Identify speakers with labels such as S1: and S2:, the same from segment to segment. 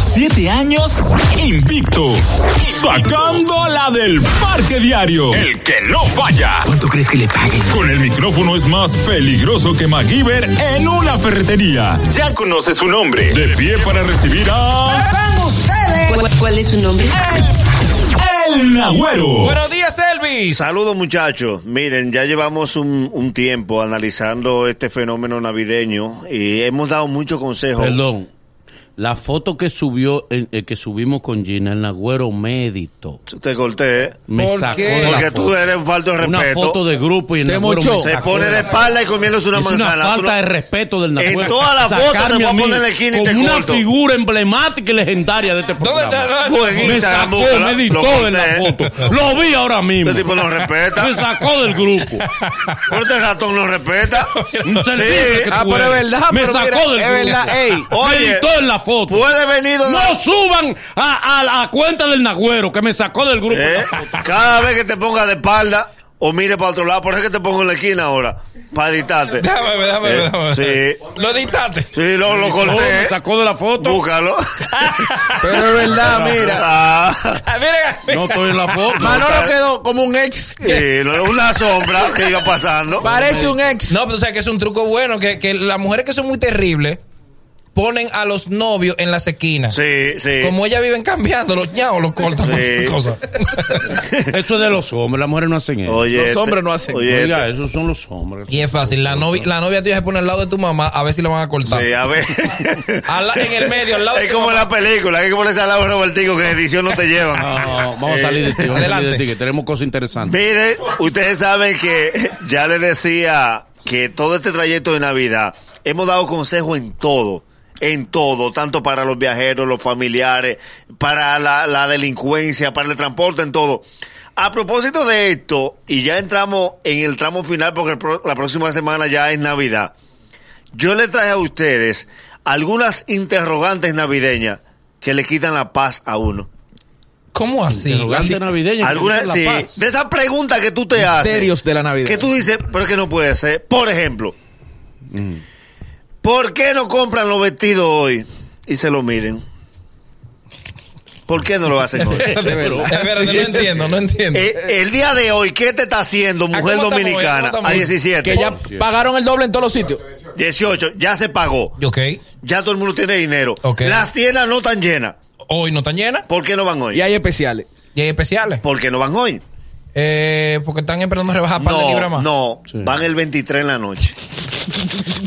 S1: siete años invicto, sacándola del parque diario. El que no falla.
S2: ¿Cuánto crees que le paguen?
S1: Con el micrófono es más peligroso que MacGyver en una ferretería. Ya conoce su nombre. De pie para recibir a...
S3: ¿Cuál, cuál es su nombre?
S1: El Nagüero.
S4: Buenos días, Elvis.
S5: Saludos muchachos. Miren, ya llevamos un, un tiempo analizando este fenómeno navideño y hemos dado muchos consejos.
S6: Perdón. La foto que subió, el, el que subimos con Gina, el Nagüero médito.
S5: Te corté. ¿eh?
S6: Me
S4: ¿Por
S6: sacó
S4: qué?
S6: de la
S5: Porque
S6: foto.
S5: tú eres un falto de
S6: Una
S5: respeto.
S6: foto de grupo y el
S4: Te
S6: Nagüero me
S4: mochó.
S5: Se
S6: sacó
S5: pone
S6: de
S5: de
S6: la-
S5: espalda y comiéndose una
S6: Es una
S5: manzana. Tú no-
S6: falta de respeto del Nagüero.
S5: toda la foto te
S6: Sacarme
S5: voy a
S6: mí
S5: poner en la esquina y
S6: como
S5: te
S6: una
S5: corto.
S6: figura emblemática y legendaria de este programa.
S4: ¿Dónde está? dónde
S5: Pues,
S6: Me
S5: Instagram,
S6: sacó,
S5: búscala.
S6: me editó
S5: Lo
S6: de la
S5: corté.
S6: foto. Lo vi ahora mismo.
S5: Este tipo no respeta.
S6: Me sacó del grupo.
S5: Pero este ratón no respeta.
S6: Un servicio que
S5: ah,
S6: tú
S5: pero
S6: eres.
S5: es verdad,
S6: Me
S5: pero
S6: sacó
S5: mira,
S6: del
S5: es
S6: grupo.
S5: verdad, ey.
S6: Me
S5: Oye,
S6: editó en la foto.
S5: Puede venir donde...
S6: No suban a, a la cuenta del Nagüero que me sacó del grupo.
S5: ¿Eh? Cada vez que te ponga de espalda o mire para otro lado, por eso es que te pongo en la esquina ahora, para editarte.
S4: Déjame, ver, déjame,
S5: Eh,
S4: ver, déjame. ver.
S5: sí.
S4: Lo dictaste.
S5: Sí, lo, lo
S6: Oh,
S5: corté.
S6: me sacó de la foto.
S5: Búscalo.
S7: Pero es verdad, mira.
S5: Ah,
S4: Ah, mira,
S6: No estoy en la foto.
S7: Manolo quedó como un ex.
S5: sí, no, una sombra que iba pasando.
S7: Parece un ex.
S4: No, pero o sea que es un truco bueno, que, que las mujeres que son muy terribles ponen a los novios en las esquinas.
S5: Sí, sí.
S4: Como ellas viven cambiando, los ñaos los cortan.
S5: Sí.
S4: cosas.
S6: Eso es de los hombres. Las mujeres no hacen eso.
S5: Oye,
S7: Los
S5: este-
S7: hombres no hacen.
S5: Oye, este-
S6: Oiga, esos son los hombres.
S4: Y es fácil, la novia, la novia tuya se pone al lado de tu mamá a ver si la van a cortar.
S5: Sí, a ver.
S4: Al la- en el medio, al lado de
S5: Es
S4: tu
S5: como en
S4: mamá.
S5: la película, hay que ponerse al lado de Robertico que en edición no te llevan.
S6: No, vamos a salir de ti. Vamos a salir de
S4: Adelante.
S6: ti, que tenemos cosas interesantes.
S5: Mire, ustedes saben que ya les decía que todo este trayecto de Navidad hemos dado consejo en todo, en todo, tanto para los viajeros, los familiares, para la, la delincuencia, para el transporte, en todo. A propósito de esto, y ya entramos en el tramo final porque el pro- la próxima semana ya es Navidad, yo les traje a ustedes algunas interrogantes navideñas que le quitan la paz a uno.
S4: ¿Cómo así?
S6: Interrogante navideño.
S5: Algunas, sí, de esas preguntas que tú te haces.
S7: Misterios de la Navidad.
S5: Que tú dices, pero es que no puede ser. Por ejemplo, ¿por qué no compran los vestidos hoy y se lo miren? ¿Por qué no lo hacen hoy?
S7: De verdad.
S4: Espérate, no entiendo, no entiendo.
S5: Eh, el día de hoy, ¿qué te está haciendo mujer
S4: Ah, cómo estamos hoy?
S5: dominicana?
S4: ¿Cómo estamos
S5: A
S4: hoy?
S5: 17.
S7: Que ya pagaron el doble en todos los sitios.
S5: 18, ya se pagó.
S4: ok,
S5: Ya todo el mundo tiene dinero.
S4: Ok.
S5: Las tiendas no están llenas.
S4: hoy no están llenas
S5: ¿Por qué no van hoy?
S7: Y hay especiales.
S4: y hay especiales.
S5: ¿Por qué no van hoy?
S4: Eh, porque están esperando rebajar par de libras
S5: No,
S4: más.
S5: no,
S6: Sí.
S5: van el 23 en la noche.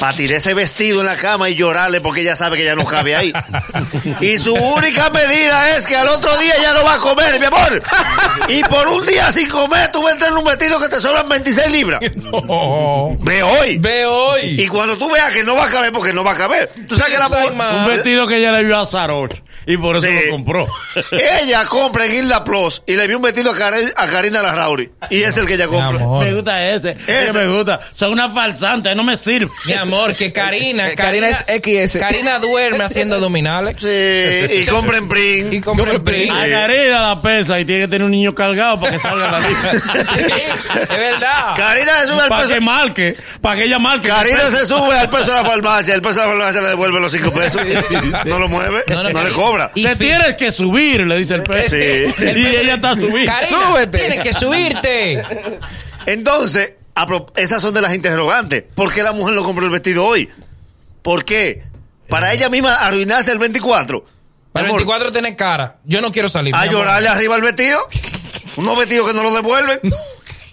S5: Para tirar ese vestido en la cama y llorarle porque ella sabe que ya no cabe ahí. Y su única medida es que al otro día ya no va a comer, mi amor. Y por un día sin comer, tú vas a entrar en un vestido que te sobran 26 libras.
S4: No.
S5: Ve hoy.
S4: Ve
S5: Y
S4: hoy.
S5: cuando tú veas que no va a caber, porque no va a caber. Tú sabes que la
S4: Soy
S5: mujer-
S4: más.
S6: Un vestido que ella le vio a Saroch. Y por eso
S5: Sí.
S6: lo compró.
S5: Ella compra en Isla Plus y le vi un vestido a, Karen- a Karina Larrauri. Y es el que ella
S4: Mi
S5: compra.
S4: amor.
S6: Me gusta ese.
S5: Ese.
S6: Ese me gusta. Son una falsante. No me sirve.
S4: Mi amor, que Karina.
S7: Eh, Karina es XS.
S4: Karina duerme haciendo abdominales.
S5: Sí, y compra en print.
S4: Y compra el PRI.
S6: A Karina la pesa y tiene que tener un niño cargado para que salga la lista.
S4: es verdad.
S5: Karina se sube al
S6: para
S5: peso.
S6: que marque. Para que ella marque.
S5: Karina se sube al peso de la farmacia, el peso de la farmacia le devuelve los cinco pesos, no lo mueve, no,
S4: No, no,
S5: le
S4: Karina.
S5: cobra.
S6: Te tienes que subir, le dice el peso.
S5: Sí.
S6: Y ella está subida.
S4: Karina,
S7: Súbete.
S4: tienes que subirte.
S5: Entonces, a pro- esas son de las interrogantes. ¿Por qué la mujer no compró el vestido hoy? ¿Por qué? Para ella misma arruinarse el 24.
S4: Para el
S5: Amor,
S4: 24 tenés cara. Yo no quiero salir.
S5: A
S4: mi amor.
S5: llorarle arriba al vestido, unos vestidos que no lo devuelven.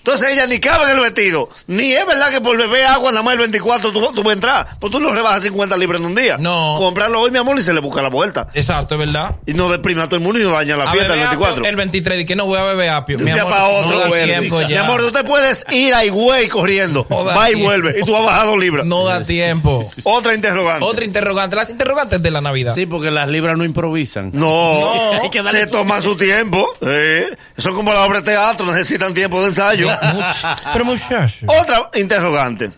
S5: Entonces ella ni cabe en el vestido. Ni es verdad que por beber agua nada más el 24 tú, tú vas a entrar. Pues tú no rebajas 50 libras en un día.
S4: No.
S5: Comprarlo hoy, mi amor, y se le busca la vuelta.
S4: Exacto, es verdad.
S5: Y no deprime a todo el mundo y no daña la
S4: A
S5: fiesta el
S4: beber apio
S5: 24.
S4: El 23, di que no voy a beber apio. Mi
S5: Ya
S4: amor,
S5: pa' otro,
S4: no da
S7: verde.
S4: tiempo ya.
S5: Mi amor, tú te puedes ir a Higüey corriendo.
S4: Joda,
S5: va y
S4: tío.
S5: vuelve. Y tú has bajado libras.
S4: no da tiempo.
S5: Otra interrogante.
S4: Otra interrogante. Las interrogantes de la Navidad.
S6: Sí, porque las libras no improvisan.
S5: No,
S4: No.
S6: Hay que darle
S5: se
S6: su-
S5: toma su tiempo. eh. Son como las obras de teatro, necesitan tiempo de ensayo.
S4: Much- Pero muchacho.
S5: Otra interrogante.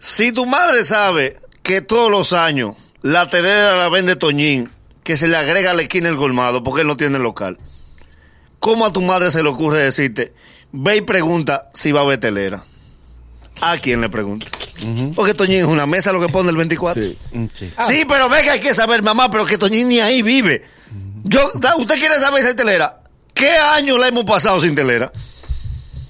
S5: Si tu madre sabe que todos los años la telera la vende Toñín, que se le agrega a la esquina el colmado porque él no tiene local, ¿cómo a tu madre se le ocurre decirte, ve y pregunta si va a haber telera? ¿A quién le pregunta? Porque Toñín es una mesa lo que pone el 24. Sí,
S7: Sí.
S6: Mm, sí.
S5: pero ve que hay que saber, mamá, pero que Toñín ni ahí vive. Yo, da- ¿Usted quiere saber esa telera? ¿Qué año la hemos pasado sin telera?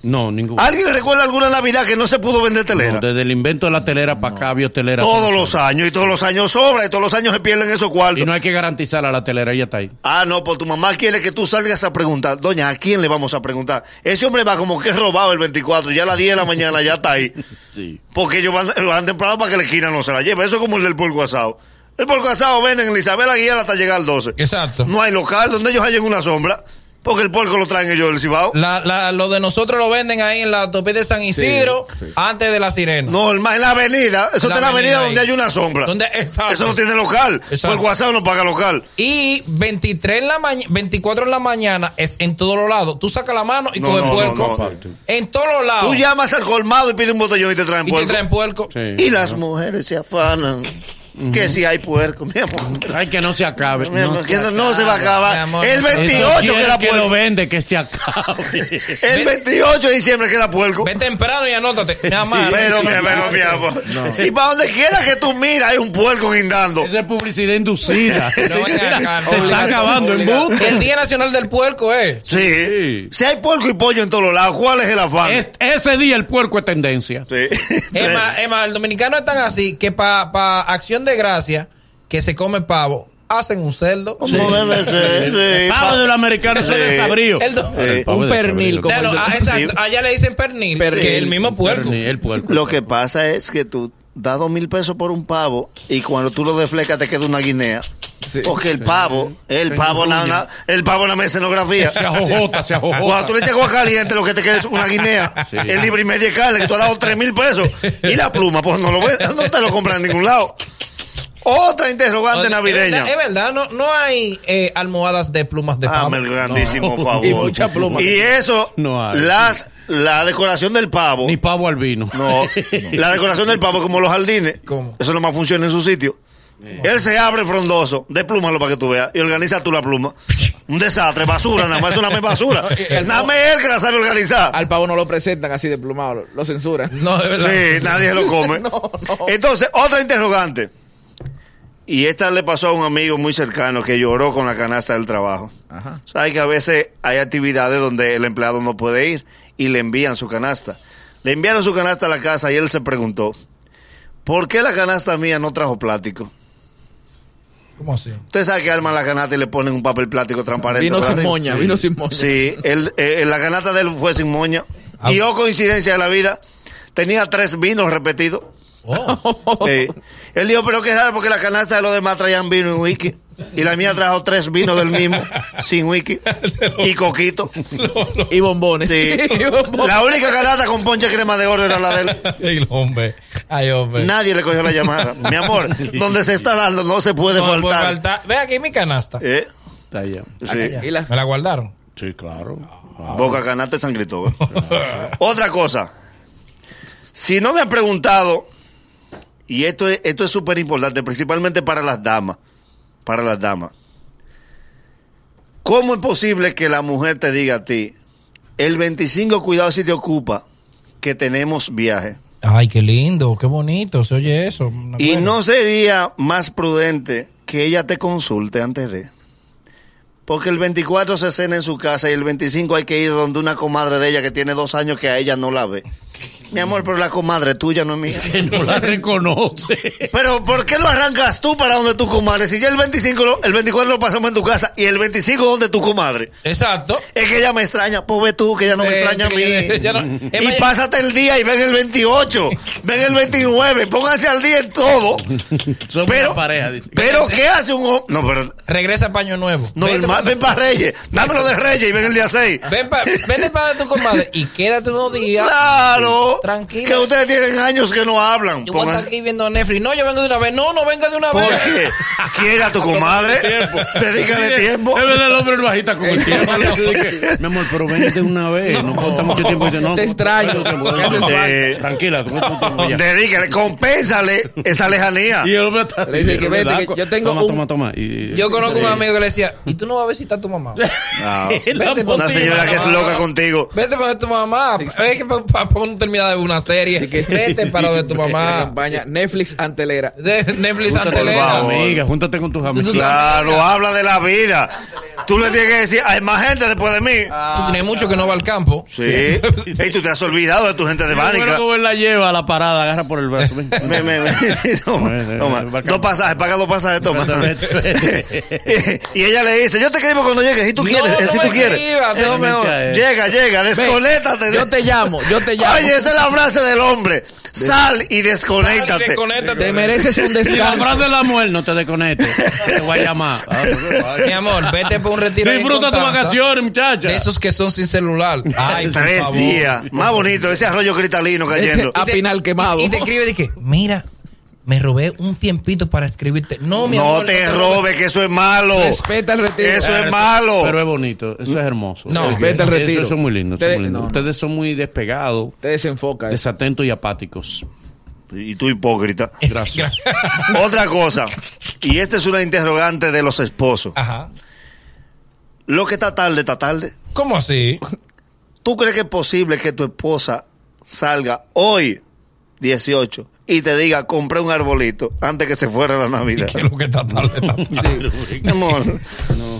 S6: No, ningún.
S5: ¿Alguien recuerda alguna Navidad que no se pudo vender Ah, telera?
S6: No, desde el invento de la telera para acá había telera.
S5: todos los años, y todos los años sobra, y todos los años se pierden esos cuartos.
S6: Y no hay que garantizar a la telera, ella está ahí.
S5: Ah, no, pues tu mamá quiere que tú salgas a preguntar. Doña, ¿a quién le vamos a preguntar? Ese hombre va como que robado el 24, ya a las 10 de la mañana ya está ahí.
S6: Sí.
S5: Porque ellos van, van temprano para que la esquina no se la lleve. Eso es como el del polco asado. El polco asado venden en la Isabel Aguilera hasta llegar al 12.
S4: Exacto.
S5: No hay local donde ellos hallen una sombra, porque el polco lo traen ellos del Cibao.
S4: La, la- lo de nosotros lo venden ahí en la autopista de San Isidro antes de la sirena.
S5: No, el más en la avenida. Eso
S4: La
S5: está en la avenida
S4: avenida
S5: donde
S4: ahí.
S5: hay una sombra.
S4: Donde- exacto.
S5: Eso no tiene local.
S4: Exacto.
S5: Polco asado no paga local.
S4: Y 23 en la mañana, 24 en la mañana es en todos los lados. Tú sacas la mano y
S5: No,
S4: coges
S5: no,
S4: puerco.
S5: no,
S6: no.
S4: En todos los lados.
S5: Tú llamas al colmado y pides un botellón y te traen
S4: y
S5: puerco.
S4: te traen puerco.
S6: Sí.
S5: Y las mujeres se afanan. Que si hay puerco, mi amor.
S6: Ay, que no se acabe.
S5: Mi amor,
S6: No se
S5: que no, no se va a acabar.
S4: mi amor.
S5: el
S6: Eso
S5: 28
S6: quiere
S5: queda
S6: que lo
S5: puerco.
S6: vende, que se acabe.
S5: El 28 de diciembre queda puerco.
S4: Ve temprano y anótate. Me amarra.
S5: Pero, mi- pero, mi amor. Si para donde quiera que tú miras hay un puerco guindando.
S6: Esa es publicidad inducida.
S4: No vayan a ganar.
S6: se está
S4: Obligado,
S6: acabando el
S7: obligado.
S6: boom.
S4: El Día Nacional del Puerco es.
S5: Sí. Si hay puerco y pollo en todos los lados, ¿cuál es el afán?
S6: Es- ese día el puerco es tendencia.
S5: Sí.
S4: Es más, es más, el dominicano es tan así que para acción de gracia, que se come pavo, hacen un cerdo.
S5: Como debe ser. sí.
S6: Pavo
S5: Pa-
S6: del americano, eso es
S5: Sí.
S6: desabrío.
S4: El do-
S6: Ahora, el pavo
S7: un
S6: es desabrío.
S7: pernil, como
S4: Claro,
S7: el-
S4: ah, exacto, allá le dicen pernil,
S7: Pernil.
S4: que es el mismo puerco.
S6: Pernil, el puerco.
S5: Lo que pasa es que tú das dos mil pesos por un pavo y cuando tú lo deflecas te queda una guinea.
S7: Sí.
S5: Porque el pavo, el pavo, na, na- el pavo nada más es escenografía.
S6: Se ajojota, se
S5: Cuando
S6: ajojota.
S5: tú le echas agua caliente, lo que te queda es una guinea.
S6: Sí.
S5: El libro y media de carne, que tú has dado tres mil pesos. Y la pluma, pues no lo ves, no te lo compran en ningún lado. Otra interrogante
S4: Es
S5: navideña.
S4: verdad, es verdad, no, no hay eh, almohadas de plumas de pavo.
S5: Dame el grandísimo
S6: No.
S5: favor.
S7: Y mucha pluma.
S5: Y eso,
S6: No hay.
S5: las, la decoración del pavo.
S6: Ni pavo al vino.
S5: No, la decoración del pavo es como los jardines.
S4: ¿Cómo?
S5: Eso nomás funciona en su sitio. Él se abre frondoso, desplúmalo para que tú veas, y organiza tú la pluma. Un desastre, basura, nada más es una más basura.
S7: el
S5: Nada
S7: pavo-
S5: más él que la sabe organizar.
S7: Al pavo no lo presentan así de plumado, lo, lo censuran.
S4: No, es verdad.
S5: Sí, nadie se lo come.
S7: No, no.
S5: Entonces, otra interrogante. Y esta le pasó a un amigo muy cercano que lloró con la canasta del trabajo.
S7: Ajá.
S5: Sabes que a veces hay actividades donde el empleado no puede ir y le envían su canasta. Le enviaron su canasta a la casa y él se preguntó, ¿por qué la canasta mía no trajo plástico?
S4: ¿Cómo así?
S5: Usted sabe que arman la canasta y le ponen un papel plástico transparente.
S7: Vino
S5: para
S7: sin
S5: arriba.
S7: moña, vino sin moña.
S5: Sí, él, eh, la canasta de él fue sin moña.
S4: Ah.
S5: Y oh, coincidencia de la vida, tenía tres vinos repetidos.
S4: Oh.
S5: Sí. Él dijo, pero qué raro, porque la canasta de los demás traían vino y whisky. Y la mía trajo tres vinos del mismo, sin whisky. Y coquito.
S7: Y bombones.
S5: Sí.
S7: Y bombones.
S5: La única canasta con ponche crema de oro era la de él.
S4: El hombre. Ay, hombre.
S5: Nadie le cogió la llamada. Mi amor, donde se está dando no se puede
S4: No, pues,
S5: faltar.
S4: falta- Ve aquí mi canasta.
S5: ¿Eh?
S6: Está allá.
S5: Sí.
S7: Y las-
S4: Me la guardaron.
S6: Sí, claro.
S5: Boca Canasta y San Cristóbal. Otra cosa. Si no me han preguntado, y esto es esto es súper importante, principalmente para las damas, para las damas. ¿Cómo es posible que la mujer te diga a ti, el 25 cuidado si te ocupa, que tenemos viaje?
S4: Ay, qué lindo, qué bonito, se oye eso. me
S5: Y
S4: acuerdo.
S5: no sería más prudente que ella te consulte antes de. Porque el 24 se cena en su casa y el 25 hay que ir donde una comadre de ella que tiene dos años que a ella no la ve. Mi amor, pero la comadre tuya no es mía.
S6: Que no la reconoce.
S5: Pero ¿por qué lo arrancas tú para donde tu comadre? Si ya el 25, lo- el 24 lo pasamos en tu casa y el 25 donde tu comadre.
S4: Exacto.
S5: Es que ella me extraña, pobre tú, que ella no me
S4: Eh,
S5: extraña a
S4: que
S5: mí.
S4: ella- ella no- es
S5: y
S4: más,
S5: pásate el día y ven el 28, ven el 29, pónganse al día en todo.
S6: Somos
S5: Pero,
S6: una pareja. dice.
S5: pero ¿qué hace un hombre? No, pero
S4: Regresa a Paño Nuevo.
S5: no,
S4: Vete
S5: el ma-
S4: pa-
S5: ven para Reyes, dámelo de Reyes y ven el día 6.
S4: Ven pa- vete para tu comadre y quédate unos días.
S5: Claro,
S4: Tranquila.
S5: que ustedes tienen años que no hablan.
S4: Yo voy a estar
S5: Pónganse-
S4: aquí viendo Netflix. No, yo vengo de una vez. No, no venga de una vez.
S5: Porque quiere a tu comadre, dedícale tiempo.
S6: Es verdad, el hombre no bajita con el tiempo. Le dice que, Mi amor, pero vente una vez. No falta mucho tiempo. Y dice, no,
S7: Te extraño.
S6: ¿cómo te-
S7: Haces
S5: falta.
S6: Tranquila, tú no te- tú ya.
S5: Dedícale, compénsale esa lejanía.
S6: Y el hombre está.
S7: Le dice que vete, que yo tengo
S6: Toma,
S7: un-
S6: toma, toma. Y-
S4: Yo conozco
S6: Sí.
S4: un amigo que le decía, ¿y tú no vas a visitar a tu mamá?
S5: No,
S6: La
S4: Vete,
S5: Una
S6: botella.
S5: señora que es loca contigo.
S4: Vete para tu mamá. Es que para no terminar campaña de una serie. Vete para donde tu
S7: La
S4: mamá.
S7: campaña Netflix Antelera.
S4: De Netflix
S6: Júntate con tus
S5: Antelera.
S4: Antelena.
S6: amigas, júntate con tus amigas.
S5: Claro, habla de la vida. Tú le tienes que decir, hay más gente después de mí.
S4: Tú tienes mucho que no va al campo.
S5: Ah. Sí. Y tú te has olvidado de tu gente de Bánica.
S6: Bueno, como él la lleva a la parada, agarra por el brazo. ven.
S5: Me, me, me. Sí, toma, toma. Dos pasajes, paga dos pasajes, toma.
S6: Vete, vete.
S5: y ella le dice, yo te escribo cuando llegues, si tú
S4: No,
S5: quieres,
S4: no
S5: si
S4: me
S5: tú quieres.
S4: escribas,
S6: no me-
S5: Llega, llega,
S7: Ven,
S5: desconéctate.
S7: Yo te llamo, yo te llamo.
S5: Oye, esa es la frase del hombre. Sal y
S4: Dale,
S5: desconéctate.
S7: te
S4: desconéctate.
S7: mereces un
S6: Si la
S7: descanso.
S6: frase de la muerte no te desconectes, te voy a llamar. Ah,
S5: pues,
S4: Mi amor, vete por un retiro. ahí en
S6: Disfruta tus
S4: Constanza,
S6: vacaciones, muchacha.
S4: De esos que son sin celular. Ay, por
S5: Tres
S4: favor.
S5: días. Más bonito, ese arroyo cristalino cayendo.
S7: A pinal quemado.
S4: Y te escribe y dije, mira, me robé un tiempito para escribirte. No, mi amor.
S5: No te robes, que eso es malo.
S7: Respeta el retiro.
S5: Eso Oh. es
S6: Claro,
S5: malo.
S6: Pero es bonito, eso es hermoso.
S4: No,
S6: Eso-
S7: vete al
S6: eso-
S7: retiro.
S6: Eso es muy lindo. eso es
S7: Te-
S6: muy lindo.
S7: no, no.
S6: Ustedes son muy despegados,
S7: Te desenfoca. eh.
S6: desatentos y apáticos.
S5: Y tú hipócrita.
S6: Gracias.
S5: Otra cosa, y esta es una interrogante de los esposos.
S4: Ajá.
S5: Lo que está tarde, está tarde.
S4: ¿Cómo así?
S5: ¿Tú crees que es posible que tu esposa salga hoy, 18, y te diga, compré un arbolito antes que se fuera la Navidad?
S4: Que lo que está tarde está tarde.
S5: Mi amor,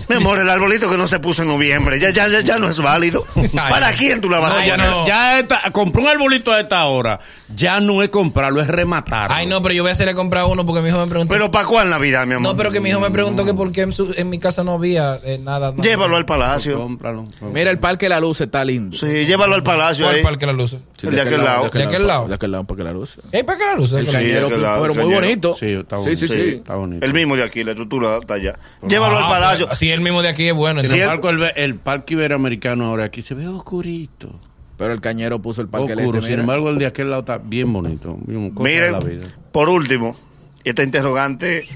S5: mi amor, el arbolito que no se puso en noviembre, ya, ya, ya, ya no es válido.
S4: Ay,
S5: ¿Para quién tú la vas a
S4: no, ya
S5: poner?
S4: no.
S6: Ya está, compré un arbolito a esta hora. Ya no es comprarlo, es rematarlo.
S4: Ay, no, pero yo voy a hacerle comprar uno porque mi hijo me preguntó.
S5: Pero ¿para cuál Navidad, mi amor?
S4: no, pero que mi hijo me preguntó que por qué en, su- en mi casa no había eh, nada. nada.
S5: Llévalo al palacio.
S6: Cómpralo.
S7: Mira, el Parque La Luz está lindo.
S5: Sí, llévalo al palacio
S4: ¿Cuál
S5: ahí.
S4: parque la luz?
S5: El de aquel lado.
S4: ¿De aquel lado?
S7: De aquel lado, Parque La Luz.
S4: ¿Eh, parque la luz?
S7: El
S5: Sí,
S7: cañero,
S5: de aquel lado,
S7: pero
S5: el
S7: muy
S5: cañero.
S7: bonito.
S6: Sí, está
S7: Sí,
S6: bonito.
S7: sí,
S5: Sí.
S7: sí.
S6: Está bonito.
S5: El mismo de aquí, la estructura está allá. Llévalo al palacio.
S4: Sí, Ah, pues, el mismo de aquí es bueno.
S5: Sí,
S6: Sin
S5: el-
S6: embargo, el, el parque iberoamericano ahora aquí se ve oscurito.
S7: Pero el cañero puso el Parque
S6: Oscuro.
S7: Leste,
S6: Oh, Sin
S7: mira.
S6: embargo, el de aquel lado está bien bonito. Bien, cosa de la
S5: Miren,
S6: vida.
S5: por último, esta interrogante.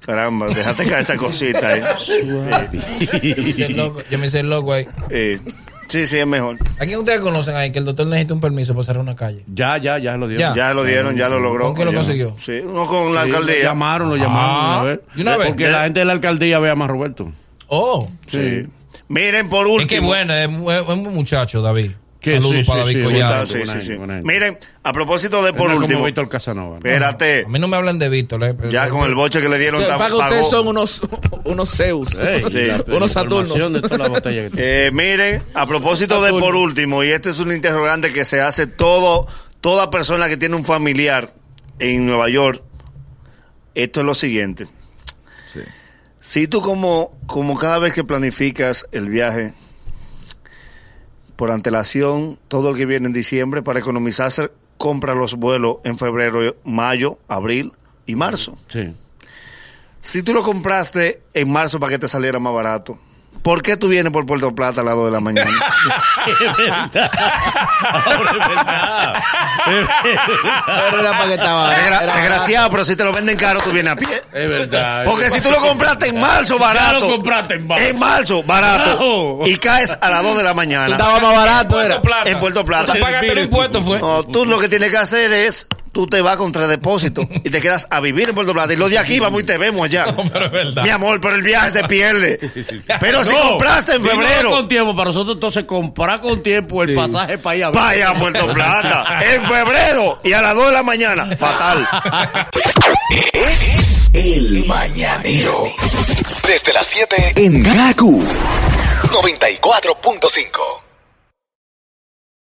S5: Caramba, déjate caer esa cosita. eh.
S4: Yo me hice el loco, yo me hice el loco ahí.
S5: Eh, sí, sí, es mejor.
S4: ¿A quién ustedes conocen ahí que el doctor necesita un permiso para cerrar una calle?
S6: Ya, ya, ya lo dieron.
S4: Ya.
S5: Ya lo dieron, ya lo logró.
S4: Ah, ¿Con qué lo
S5: Ya.
S4: consiguió?
S5: Sí, uno con la
S6: Sí,
S5: alcaldía.
S6: Lo llamaron, lo llamaron
S4: Ah,
S6: una vez.
S4: ¿y una vez?
S6: Porque la gente de la alcaldía ve a más Roberto.
S4: Oh,
S5: Sí. Miren, por último.
S4: es que bueno, es mu- es un muchacho, David.
S6: Que
S4: Saludos
S6: sí, sí,
S4: para David
S6: sí,
S5: Sí,
S4: Collado.
S5: sí, sí,
S6: buena gente,
S5: sí.
S6: buena gente.
S5: Miren, a propósito de
S6: Por
S5: por
S6: no último.
S5: último.
S6: Como Víctor Casanova.
S5: Espérate.
S4: A mí no me hablan de Víctor. eh, pero-
S5: Ya con el boche que le dieron.
S7: Ustedes-
S5: ta-
S7: Para que
S5: pagó.
S7: ustedes son unos, unos Zeus,
S6: Ey,
S5: Sí.
S6: la- la información
S7: unos Saturnos.
S6: de toda la botella que tiene.
S5: Eh, miren, a propósito de por último, y este es un interrogante que se hace todo, toda persona que tiene un familiar en Nueva York. Esto es lo siguiente.
S7: Sí.
S5: Si tú como, como cada vez que planificas el viaje, por antelación, todo el que viene en diciembre, para economizarse, compra los vuelos en febrero, mayo, abril y marzo.
S6: Sí.
S5: Si tú lo compraste en marzo para que te saliera más barato, ¿por qué tú vienes por Puerto Plata a las 2 de la mañana?
S7: Pero era para que estaba.
S5: Desgra-
S7: era-
S5: desgraciado, pero si te lo venden caro, tú vienes a pie.
S6: Es verdad.
S5: Porque si tú lo compraste en marzo, barato.
S6: Ya lo compraste en marzo.
S5: En marzo, barato.
S6: Carajo.
S5: Y caes a las 2 de la mañana.
S7: Estaba más barato, era.
S5: En Puerto Plata.
S4: Tú pagaste los impuestos, fue.
S5: No, tú lo que tienes que hacer es, tú te vas contra depósito y te quedas a vivir en Puerto Plata. Y los de aquí vamos y te vemos allá.
S4: Pero es verdad.
S5: Mi amor, pero el viaje se pierde. Pero si
S6: No,
S5: compraste en
S6: si no es
S5: febrero,
S6: con tiempo, para nosotros entonces comprar con tiempo el
S7: Sí.
S6: pasaje para ir a ver.
S5: vaya a Puerto Plata. En febrero y a las 2 de la mañana. Fatal.
S2: Es el mañanero. Desde las 7 en Gaku 94.5.